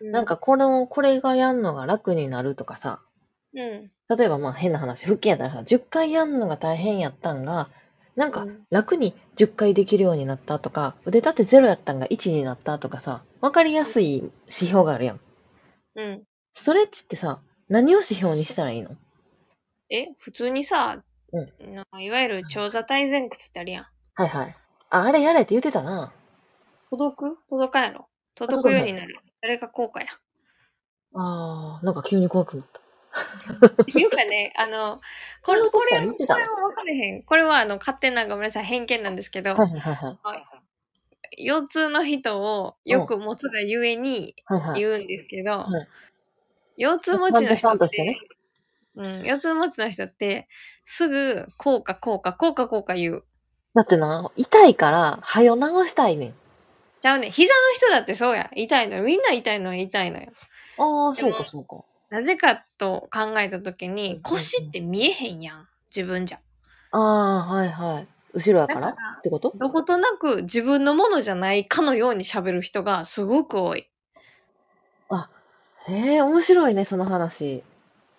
Speaker 3: なん、かこの、これがやんのが楽になるとかさ、
Speaker 2: うん。
Speaker 3: 例えばまあ変な話、腹筋やったらさ、10回やんのが大変やったんが、なんか
Speaker 2: うん
Speaker 3: 楽に10回できるようになったとか、腕立て0やったんが1になったとかさ、わかりやすい指標があるやん。
Speaker 2: うん。
Speaker 3: ストレッチってさ、何を指標にしたらいいの
Speaker 2: え、普通にさ、のいわゆる長座体前屈ってあるやん。
Speaker 3: はいはい。あ、あれやれって言ってたな。
Speaker 2: 届く届かんやろ届くようになる。それが効果や。
Speaker 3: ああ、なんか急に怖くなった。
Speaker 2: っていうかね、あの、これ、
Speaker 3: これ
Speaker 2: こ
Speaker 3: 確
Speaker 2: れ
Speaker 3: か
Speaker 2: は、
Speaker 3: に
Speaker 2: こ
Speaker 3: 見てた
Speaker 2: れは分かれへん。これは、あの、勝手な、ごめんなさい、偏見なんですけど、
Speaker 3: はいはいはいはい。
Speaker 2: 腰痛の人をよく持つがゆえに
Speaker 3: はいはい。
Speaker 2: 言うんですけど、
Speaker 3: はい
Speaker 2: 腰痛持ちの人
Speaker 3: 患者さんと
Speaker 2: っ
Speaker 3: して
Speaker 2: て
Speaker 3: ね、
Speaker 2: うん、腰痛持ちの人って、すぐ、こうか、こうか、こうか、こうか言う。
Speaker 3: だってな、痛いから、はよ治したいねん。
Speaker 2: ちゃうね。膝の人だってそうや。痛いのよ。みんな痛いのは痛いのよ。
Speaker 3: ああ、
Speaker 2: で
Speaker 3: そう
Speaker 2: も
Speaker 3: かそうか。
Speaker 2: なぜかと考えたとき
Speaker 3: うんうんう
Speaker 2: に
Speaker 3: ん、
Speaker 2: 腰って見えへんやん。自分じゃ。
Speaker 3: ああ、はいはい。後ろや
Speaker 2: だ
Speaker 3: か
Speaker 2: からら
Speaker 3: っ、てこと
Speaker 2: どことなく自分のものじゃないかのように喋る人がすごく多い。
Speaker 3: へえ、面白いね、その話。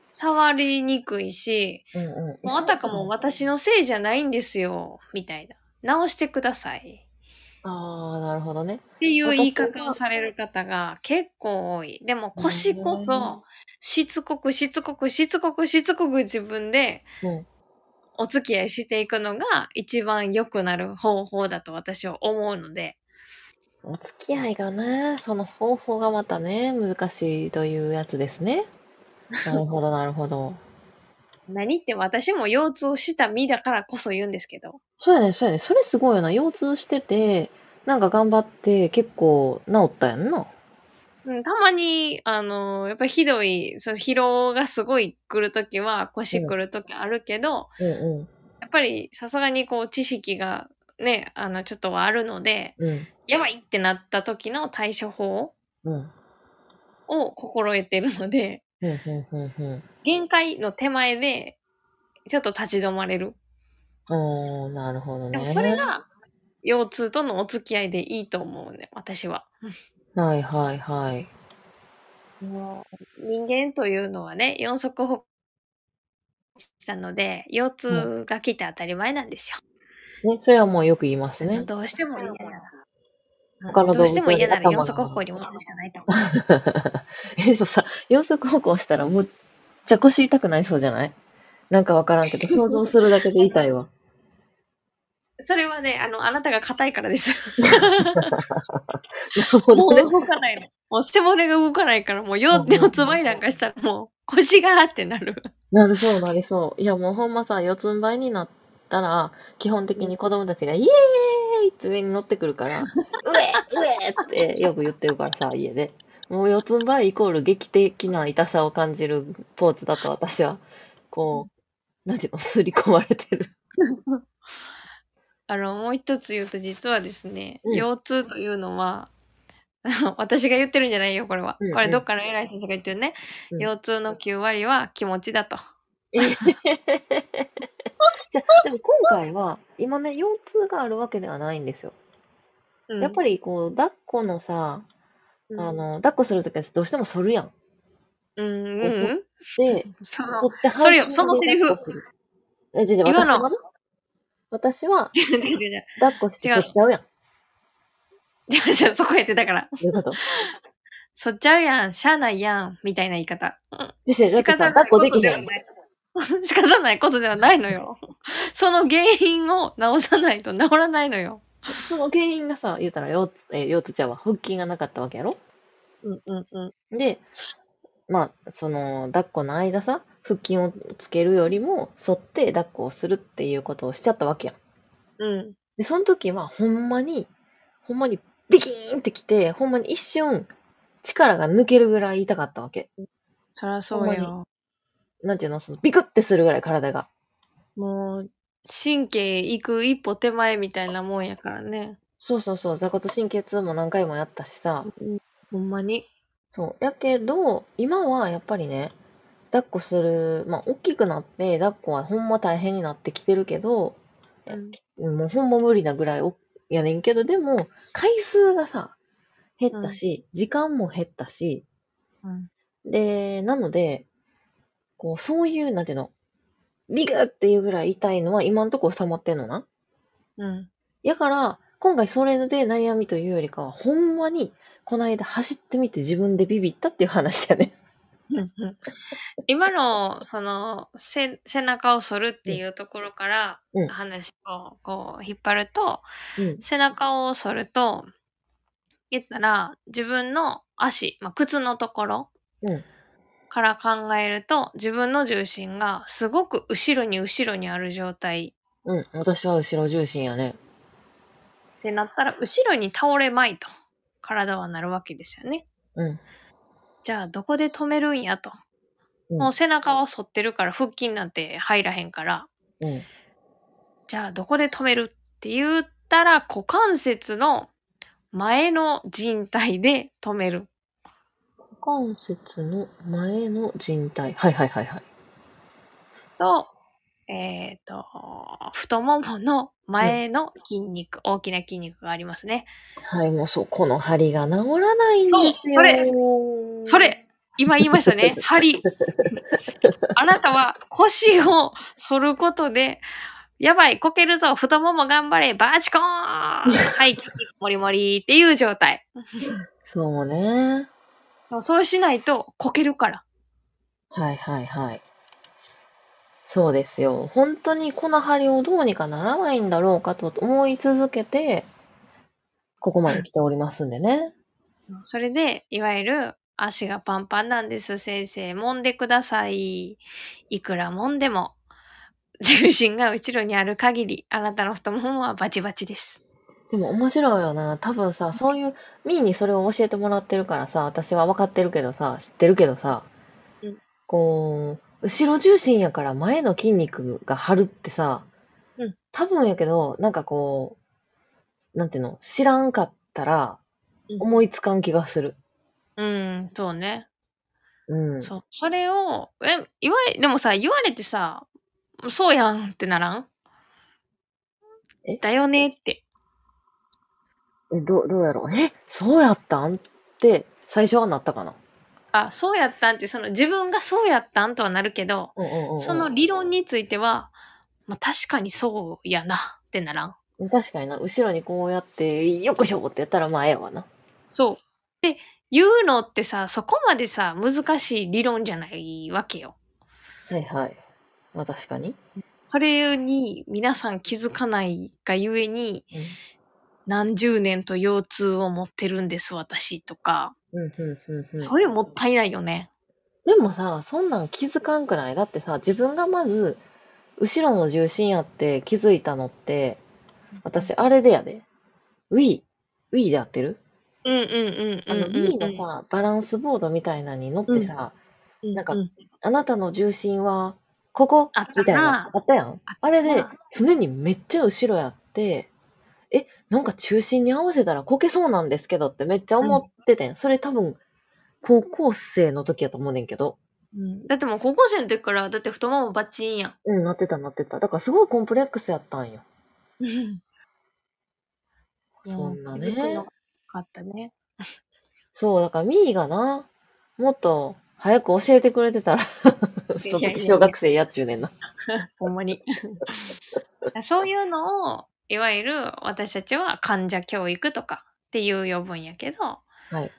Speaker 2: 触りにくいし、
Speaker 3: うんうん。
Speaker 2: もうあたかも私のせいじゃないんですよ、みたいな。直してください。
Speaker 3: ああ、なるほどね。
Speaker 2: っていう言い方をされる方が結構多い。でも腰こそ、しつこくしつこくしつこくしつこく自分で
Speaker 3: うん。
Speaker 2: お付き合いしていくのが一番良くなる方法だと私は思うので。
Speaker 3: お付き合いがね、その方法がまたね、難しいというやつですね。なるほど、なるほど。
Speaker 2: 何って私も腰痛をした身だからこそ言うんですけど。
Speaker 3: そうやね、そうやね。それすごいよな。腰痛してて、なんか頑張って結構治ったやんな。
Speaker 2: うん、たまに、あのやっぱりひどい、その疲労がすごい来るときは、腰来るときあるけど、
Speaker 3: うんう
Speaker 2: やっぱりさすがにこう知識がね、あの、ちょっとはあるので、
Speaker 3: ん。うん。
Speaker 2: やばいってなった時の対処法
Speaker 3: うん。
Speaker 2: を心得てるので、
Speaker 3: うんうんうんうん。
Speaker 2: 限界の手前で、ちょっと立ち止まれる。
Speaker 3: おー、なるほどね。
Speaker 2: でもそれが、腰痛とのお付き合いでいいと思うね、私は。
Speaker 3: はいはいはい。
Speaker 2: もう人間というのはね四足歩行したので腰痛が来て当たり前なんですよ。
Speaker 3: ね、それはもうよく言いますね。
Speaker 2: どうしても嫌なら、
Speaker 3: 他の動物より
Speaker 2: どうしても嫌なら
Speaker 3: 頭が
Speaker 2: 四足歩行に戻るしかないと思う。
Speaker 3: え、でもさ、四足歩行したらむっちゃ腰痛くなりそうじゃないなんかわからんけど、想像するだけで痛 いわ。
Speaker 2: それはねあのあなたが硬いか らです。
Speaker 3: なるほど
Speaker 2: もう
Speaker 3: ね。
Speaker 2: 動かないの。もう背骨が動かないからもう腰
Speaker 3: うん
Speaker 2: 腰つばいなんかしたらもう腰がーってなる。
Speaker 3: なりそう、なりそう。いや、もうほんまさ、四つん這いになったら、基本的に子供たちが、イエーイって上に乗ってくる から、うえうえってよく言ってるからさ、家で。もう四つん這いイコール劇的な痛さを感じるポーズだと私は、こう、なんていうの、刷り込まれてる。
Speaker 2: あのもう一つ言うと実はですね、
Speaker 3: うん
Speaker 2: 腰痛というのは あの私が言ってるんじゃないよこれは、
Speaker 3: うんうん
Speaker 2: これどっかの偉い先生が言ってるね、
Speaker 3: うん
Speaker 2: 腰痛の9割は気持ちだと
Speaker 3: じゃでも今回は、今ね、腰痛があるわけではないんですよ。やっぱ
Speaker 2: り、
Speaker 3: りこう、抱っこのさ、
Speaker 2: うん
Speaker 3: あの、抱っこするときはどうしても反るやん。
Speaker 2: うんうん
Speaker 3: そう
Speaker 2: うん
Speaker 3: で、
Speaker 2: そ
Speaker 3: そ
Speaker 2: の
Speaker 3: って
Speaker 2: それよそのセリフ
Speaker 3: フ。え、じゃじゃ、
Speaker 2: 今の
Speaker 3: 私はね私は、
Speaker 2: 違う違う違う
Speaker 3: 抱っこして
Speaker 2: 違う
Speaker 3: そっちゃうやん。ど
Speaker 2: 違う違うそこやってだから
Speaker 3: ういうこと
Speaker 2: そっちゃうやんしゃあないやんみたいな言い方、うん
Speaker 3: でしょ、だっ てさ
Speaker 2: 仕
Speaker 3: 抱
Speaker 2: 方な
Speaker 3: っ
Speaker 2: い
Speaker 3: こ
Speaker 2: こ
Speaker 3: で
Speaker 2: と
Speaker 3: き
Speaker 2: で
Speaker 3: へ
Speaker 2: は
Speaker 3: ん。
Speaker 2: ない仕方ないことではないのよ その原因を直さないと治らないのよ
Speaker 3: その原因がさ、言うたら、腰痛、えー腰痛ちゃうわ、腹筋がなかったわけやろ
Speaker 2: うんうんうん
Speaker 3: で、まあ、その、抱っこの間さ、腹筋をつけるよりも、反って抱っこをするっていうことをしちゃったわけやん。
Speaker 2: うん
Speaker 3: で、その時は、ほんまに、ほんまに、ビキーンってきて、ほんまに一瞬、力が抜けるぐらい痛かったわけ。
Speaker 2: そりゃそう
Speaker 3: ほん
Speaker 2: よ
Speaker 3: なんていうの、そのビクってするぐらい体が。
Speaker 2: もう神経行く一歩手前みたいなもんやからね
Speaker 3: そうそうそう、座骨神経痛も何回もやったしさ。
Speaker 2: ほんまに
Speaker 3: そう。やけど、今はやっぱりね、抱っこする、まあ、大きくなって、抱っこはほんま大変になってきてるけど、え
Speaker 2: うん
Speaker 3: もうほんま無理なぐらいおやねんけど、でも、回数がさ、減ったし、時間も減ったし、
Speaker 2: うん
Speaker 3: で、なので、こう、そういう、なんていうの、ビグっていうぐらい痛いのは今のところ収まってんのな。
Speaker 2: うん
Speaker 3: やから、今回それで悩みというよりかは、ほんまに、この間走ってみて自分でビビったっていう話やね。
Speaker 2: うんうん今のそのせ背中を反るっていうところから
Speaker 3: うん
Speaker 2: 話をこう引っ張ると、
Speaker 3: うん
Speaker 2: 背中を反ると言ったら自分の足、まあ、靴のところ
Speaker 3: うん
Speaker 2: から考えると自分の重心がすごく後ろに後ろにある状態
Speaker 3: うん、私は後ろ重心やね。
Speaker 2: ってなったら後ろに倒れまいと体はなるわけですよね。
Speaker 3: うん。
Speaker 2: じゃあどこで止めるんやと。
Speaker 3: うん
Speaker 2: もう背中は反ってるから腹筋なんて入らへんから
Speaker 3: うん。
Speaker 2: じゃあどこで止めるって言ったら股関節の前の靭帯で止める。
Speaker 3: 股関節の前の靭帯。はいはいはいはい。
Speaker 2: と、えっ、と、太ももの前の筋肉、大きな筋肉がありますね。
Speaker 3: はい、もうそう、この針が治らないんですよ。
Speaker 2: そうそれそれ今言いました ね。針。あなたは腰を反ることで、やばい、こけるぞ、太もも頑張れ、バチコ ーンはい、筋肉もりもりっていう状態。
Speaker 3: そうね。
Speaker 2: でもそうしないとこけるから。
Speaker 3: はいはいはい。そうですよ。本当にこの針をどうにかならないんだろうかと思い続けて、ここまで来ておりますんでね。
Speaker 2: それで、いわゆる、足がパンパンなんです、先生。揉んでください。いくら揉んでも、重心が後ろにある限り、あなたの太ももはバチバチです。
Speaker 3: でも面白いよな。多分さ、そういう、ミーにそれを教えてもらってるからさ、私は分かってるけどさ、知ってるけどさ
Speaker 2: うん、
Speaker 3: こう、後ろ重心やから前の筋肉が張るってさ
Speaker 2: うん、
Speaker 3: 多分やけど、なんかこう、なんていうの、知らんかったら
Speaker 2: うん
Speaker 3: 思いつかん気がする。
Speaker 2: うん、そうね。
Speaker 3: うん。
Speaker 2: そう。それを、え、いわゆでもさ、言われてさ、そうやんってならん
Speaker 3: え
Speaker 2: だよねって。
Speaker 3: え、どう、どうやろう。え、そうやったんって、最初はなったかな。
Speaker 2: あ、そうやったんって、その自分がそうやったんとはなるけど、
Speaker 3: うんうんうんうん
Speaker 2: その理論については、まあ、確かにそうやなってならん。
Speaker 3: 確かにな、後ろにこうやって、よっこしょってやったら、まあ、ええわな。
Speaker 2: そう。で、言うのってさ、そこまでさ、難しい理論じゃないわけよ。
Speaker 3: はいはい。まあ、確かに。
Speaker 2: それに皆さん気づかないがゆえに、
Speaker 3: うん
Speaker 2: 何十年と腰痛を持ってるんです、私とか。
Speaker 3: うんうんうんうん
Speaker 2: そういうもったいないよね。
Speaker 3: でもさ、そんなん気づかんくないだってさ、自分がまず、後ろの重心やって気づいたのって、私、あれでやで。ウィー、ウィーで合ってる
Speaker 2: うんうんうん
Speaker 3: あの、ウィーのさ、バランスボードみたいなのに乗ってさ、なんかあなたの重心は、ここ
Speaker 2: あったな
Speaker 3: みたいな、あったやん。あれで
Speaker 2: あ、
Speaker 3: 常にめっちゃ後ろやって、え、なんか中心に合わせたらこけそうなんですけどってめっちゃ思っててん。それ多分、高校生の時やと思うねんけど。
Speaker 2: うんだってもう高校生の時から、だって太ももバッチンやん。
Speaker 3: うん、なってたなってた。だからすごいコンプレックスやったんよ。 そんな
Speaker 2: 気づくの
Speaker 3: ね
Speaker 2: が。かったね。
Speaker 3: そう、だからミーがな、もっと早く教えてくれてたら、
Speaker 2: い
Speaker 3: そ
Speaker 2: や
Speaker 3: の
Speaker 2: いやいや
Speaker 3: 時小学生やっちゅうねんな。
Speaker 2: ほんまに。 そういうのを、いわゆる私たちは患者教育とかっていう呼ぶんやけど、
Speaker 3: はい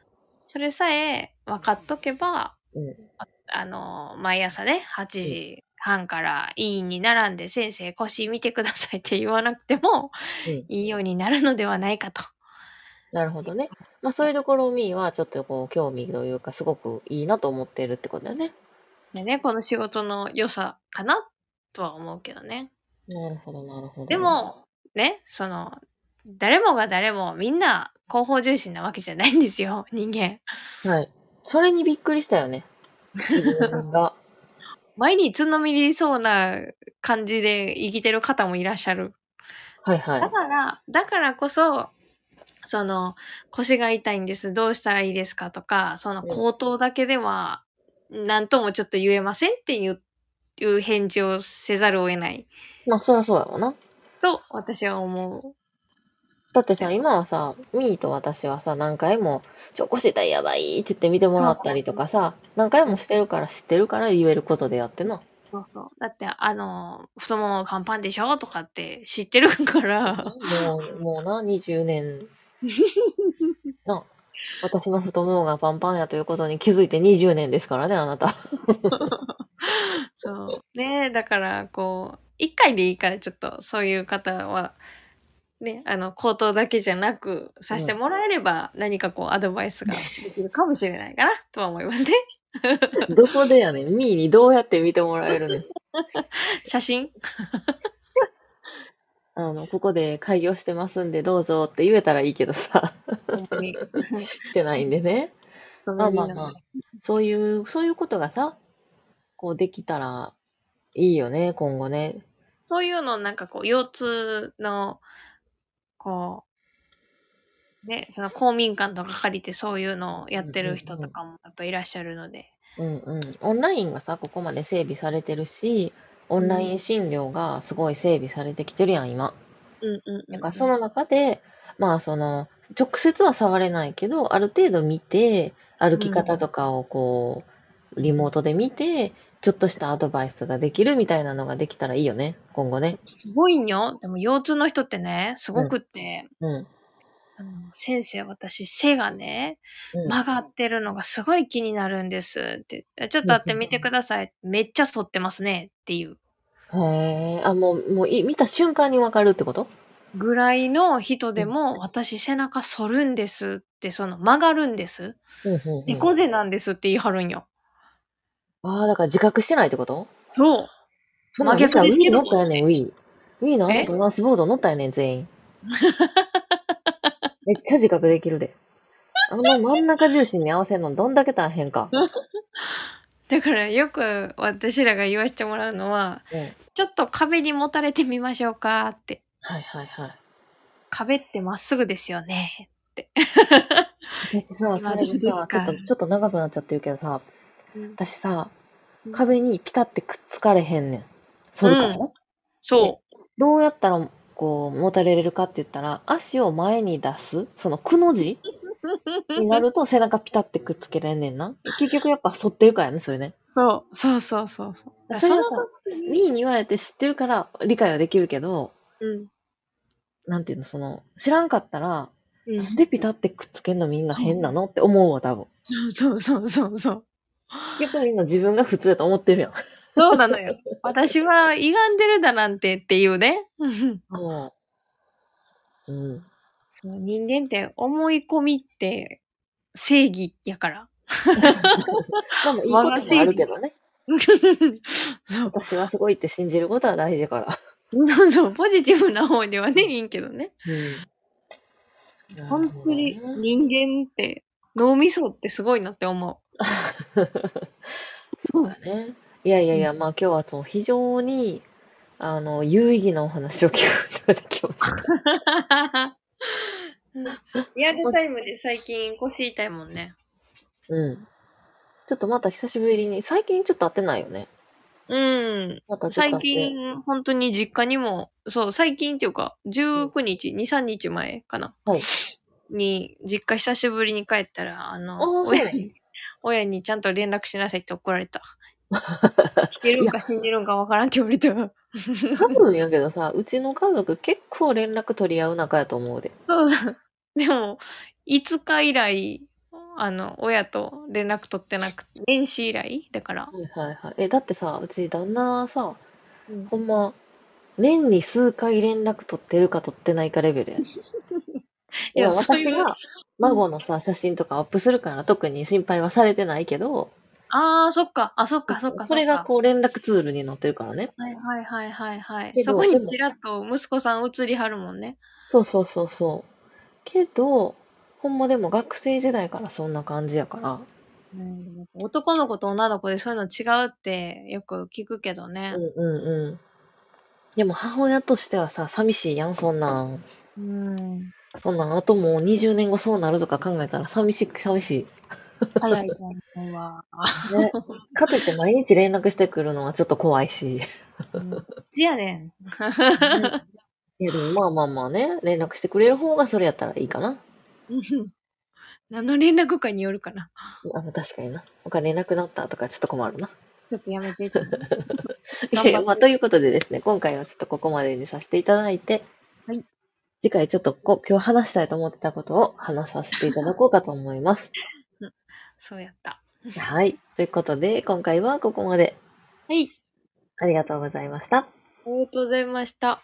Speaker 2: それさえ分かっとけば、
Speaker 3: うん
Speaker 2: ああの、毎朝ね、8時半から委員に並んで先生腰見てくださいって言わなくても、
Speaker 3: うん
Speaker 2: いいようになるのではないかと。
Speaker 3: なるほどね。まあそういうところをミーはちょっとこう、興味というか、すごくいいなと思ってるってことだよね。
Speaker 2: ですよね、この仕事の良さかなとは思うけどね。
Speaker 3: なるほど、なるほど。
Speaker 2: で、も、ね、その、誰もが誰もみんな広報重心なわけじゃないんですよ、 人間。
Speaker 3: はい。それにびっくりしたよね。自分 が。
Speaker 2: 前につんのみりそうな感じで生きてる方もいらっしゃる。
Speaker 3: はいは
Speaker 2: だ
Speaker 3: い。
Speaker 2: から、だからこそ、その、腰が痛いんです、どうしたらいいですかとか、その
Speaker 3: うん
Speaker 2: 口頭だけでは、なんともちょっと言えませんっていういう返事をせざるを得ない
Speaker 3: まあそりゃそうやわな。
Speaker 2: と私は思
Speaker 3: だってさ、今はさ、ミーと私はさ、何回も、ちょ、腰痛いやばいって言って見てもらったりとかさ、何回もしてるから知ってるから言えることであってな。
Speaker 2: う。そうそう。だって、あの、太ももパンパンでしょとかって知ってるから。
Speaker 3: もう、もうな、20年。な、私の太ももがパンパンやということに気づいて20年ですからね、あなた。
Speaker 2: そう。ねだから、こう、一回でいいから、ちょっと、そういう方は、ね、あの、口頭だけじゃなく、させてもらえれば、何かこう、アドバイスができるかもしれないかな、とは思い ますね。
Speaker 3: どこでやねん。ミーにどうやって見てもらえるねん。
Speaker 2: 写真
Speaker 3: あの、ここで開業してますんでどうぞって言えたらいいけどさ、
Speaker 2: 本当に。
Speaker 3: してないんでね。
Speaker 2: 勤
Speaker 3: まあ
Speaker 2: め
Speaker 3: ま
Speaker 2: 人
Speaker 3: あ
Speaker 2: な
Speaker 3: ま
Speaker 2: の
Speaker 3: あ
Speaker 2: で。、
Speaker 3: そういう、そういうことがさ、こうできたらいいよね、今後ね。
Speaker 2: そういうの、なんかこう、腰痛の、こう、ね、その公民館とか借りてそういうのをやってる人とかもやっぱいらっしゃるので。
Speaker 3: うんうん。オンラインがさ、ここまで整備されてるし、オンライン診療がすごい整備されてきてるやん、今。
Speaker 2: うんうんうん。
Speaker 3: なんかその中で、まあその、直接は触れないけど、ある程度見て、歩き方とかをこう、リモートで見て、ちょっとしたアドバイスができるみたいなのができたらいいよね、今後ね。
Speaker 2: すごいんよ。でも腰痛の人ってね、すごくって、
Speaker 3: うん。
Speaker 2: あの先生、私、背がね、
Speaker 3: うん
Speaker 2: 曲がってるのがすごい気になるんですって。ちょっと会ってみてください。めっちゃ反ってますねっていう
Speaker 3: へえ、あ、もう、もうい、見た瞬間にわかるってこと
Speaker 2: ぐらいの人でも、私、背中反るんですって、その曲がるんです。
Speaker 3: うんうんうん
Speaker 2: 猫背なんですって言い張るんよ。
Speaker 3: ああ、だから自覚してないってこと
Speaker 2: そう。
Speaker 3: そんなん
Speaker 2: 真逆ですけど
Speaker 3: 見たら Wii 乗ったよねん、Wii。Wii のあのトランスボード乗ったよねん、全員。めっちゃ自覚できるで。あの真ん中重心に合わせるのどんだけ大変か。
Speaker 2: だからよく私らが言わせてもらうのは、
Speaker 3: うん
Speaker 2: ちょっと壁にもたれてみましょうかって。
Speaker 3: はいはいはい。
Speaker 2: 壁ってまっすぐですよね。
Speaker 3: 私さ、それ
Speaker 2: 今どうで
Speaker 3: ですさ、ちょ
Speaker 2: か
Speaker 3: っと、ちょっと長くなっちゃってるけどさ、私さ
Speaker 2: う、ん
Speaker 3: 壁にピタってくっつかれへんねん。反るからね。
Speaker 2: そう。
Speaker 3: どうやったら、こう、もたれれるかって言ったら、足を前に出す、そのくの字 になると背中ピタってくっつけれんねんな。結局やっぱ反ってるからね、それね。
Speaker 2: そうそうそうそうそう。だ
Speaker 3: そ
Speaker 2: か
Speaker 3: れ
Speaker 2: ら
Speaker 3: は
Speaker 2: そ
Speaker 3: さ
Speaker 2: の、
Speaker 3: ミーに言われて知ってるから理解はできるけど、
Speaker 2: うん
Speaker 3: なんていうの、その、知らんかったら、
Speaker 2: う
Speaker 3: なん
Speaker 2: ん、
Speaker 3: でピタってくっつけんのみんな変なのって思うわ、多分。
Speaker 2: そうそうそうそう。
Speaker 3: 結局みんな自分が普通だと思ってるやん。
Speaker 2: そうなの よ。私は歪んでるだなんてっていうね。
Speaker 3: もう。うん。
Speaker 2: その人間って思い込みって正義やから。
Speaker 3: まあ、いいこともあるけどね。
Speaker 2: そう。
Speaker 3: 私はすごいって信じることは大事から。
Speaker 2: そうそう。ポジティブな方ではね、いいんけどね。
Speaker 3: うん。
Speaker 2: 本当に人間って、脳みそってすごいなって 思
Speaker 3: そうだね。いやいやいや、まあ今日はそう非常に、あの、有意義なお話を聞くことができま した。
Speaker 2: う。リアルタイムで最近腰痛いもんね。
Speaker 3: うん。ちょっとまた久しぶりに、最近ちょっと会ってないよね。
Speaker 2: うん。
Speaker 3: またちょっと
Speaker 2: 最
Speaker 3: 会って
Speaker 2: 近、本当に実家にも、そう、最近っていうか、19日、2、3日前かな。
Speaker 3: はい
Speaker 2: に、実家久しぶりに帰ったら、あ
Speaker 3: あー
Speaker 2: の、
Speaker 3: そうな
Speaker 2: 親
Speaker 3: んや
Speaker 2: に、親にちゃんと連絡しなさいって怒ら れた。してるんか死んでるんかわからんって言われた。
Speaker 3: 多分やけどさ、うちの家族結構連絡取り合う仲やと思うで。
Speaker 2: そうそう。でも、5日以来、あの、親と連絡取ってなくて、年始以来だから。
Speaker 3: はいはいはい。え、だってさ、うち旦那さ、
Speaker 2: うん
Speaker 3: ほんま、年に数回連絡取ってるか取ってないかレベ ルや。い
Speaker 2: いや
Speaker 3: や、
Speaker 2: そう
Speaker 3: 私
Speaker 2: いう
Speaker 3: が孫のさ、写真とかアップするから特に心配はされてないけど、
Speaker 2: ああ、そっか。あ、そっか、そっか。
Speaker 3: それ
Speaker 2: っ
Speaker 3: が
Speaker 2: か
Speaker 3: こう連絡ツールになってるからね。
Speaker 2: はいはいはいはいは
Speaker 3: け
Speaker 2: い。
Speaker 3: ど
Speaker 2: そこ
Speaker 3: で
Speaker 2: に
Speaker 3: も
Speaker 2: ちらっと息子さん映りはるもんね。
Speaker 3: そうそうそうそう。けど、ほんまでも学生時代からそんな感じやから。
Speaker 2: うん、男の子と女の子でそういうの違うってよく聞くけどね
Speaker 3: う。んうんうん。でも母親としてはさ、寂しいやん、そんなん。
Speaker 2: うん。
Speaker 3: そんなん、あともう20年後そうなるとか考えたら寂しい、寂し
Speaker 2: 早いと思うわ。
Speaker 3: い。ね。 かといって毎日連絡してくるのはちょっと怖いし。
Speaker 2: うんどっちやねん。
Speaker 3: いや、でもまあまあまあね、連絡してくれる方がそれやったらいいかな。
Speaker 2: 何の連絡かによるかな。
Speaker 3: あの、確かにな。お金なくなったとかちょっと困るな。
Speaker 2: ちょっとやめてって。
Speaker 3: いやいやまあ、ということでですね、今回はちょっとここまでにさせていただいて、
Speaker 2: はい
Speaker 3: 次回ちょっとこ今日話したいと思ってたことを話させていただこうかと思います。
Speaker 2: そうやった。
Speaker 3: はい。ということで、今回はここまで
Speaker 2: はい。
Speaker 3: ありがとうございました。
Speaker 2: ありがとうございました。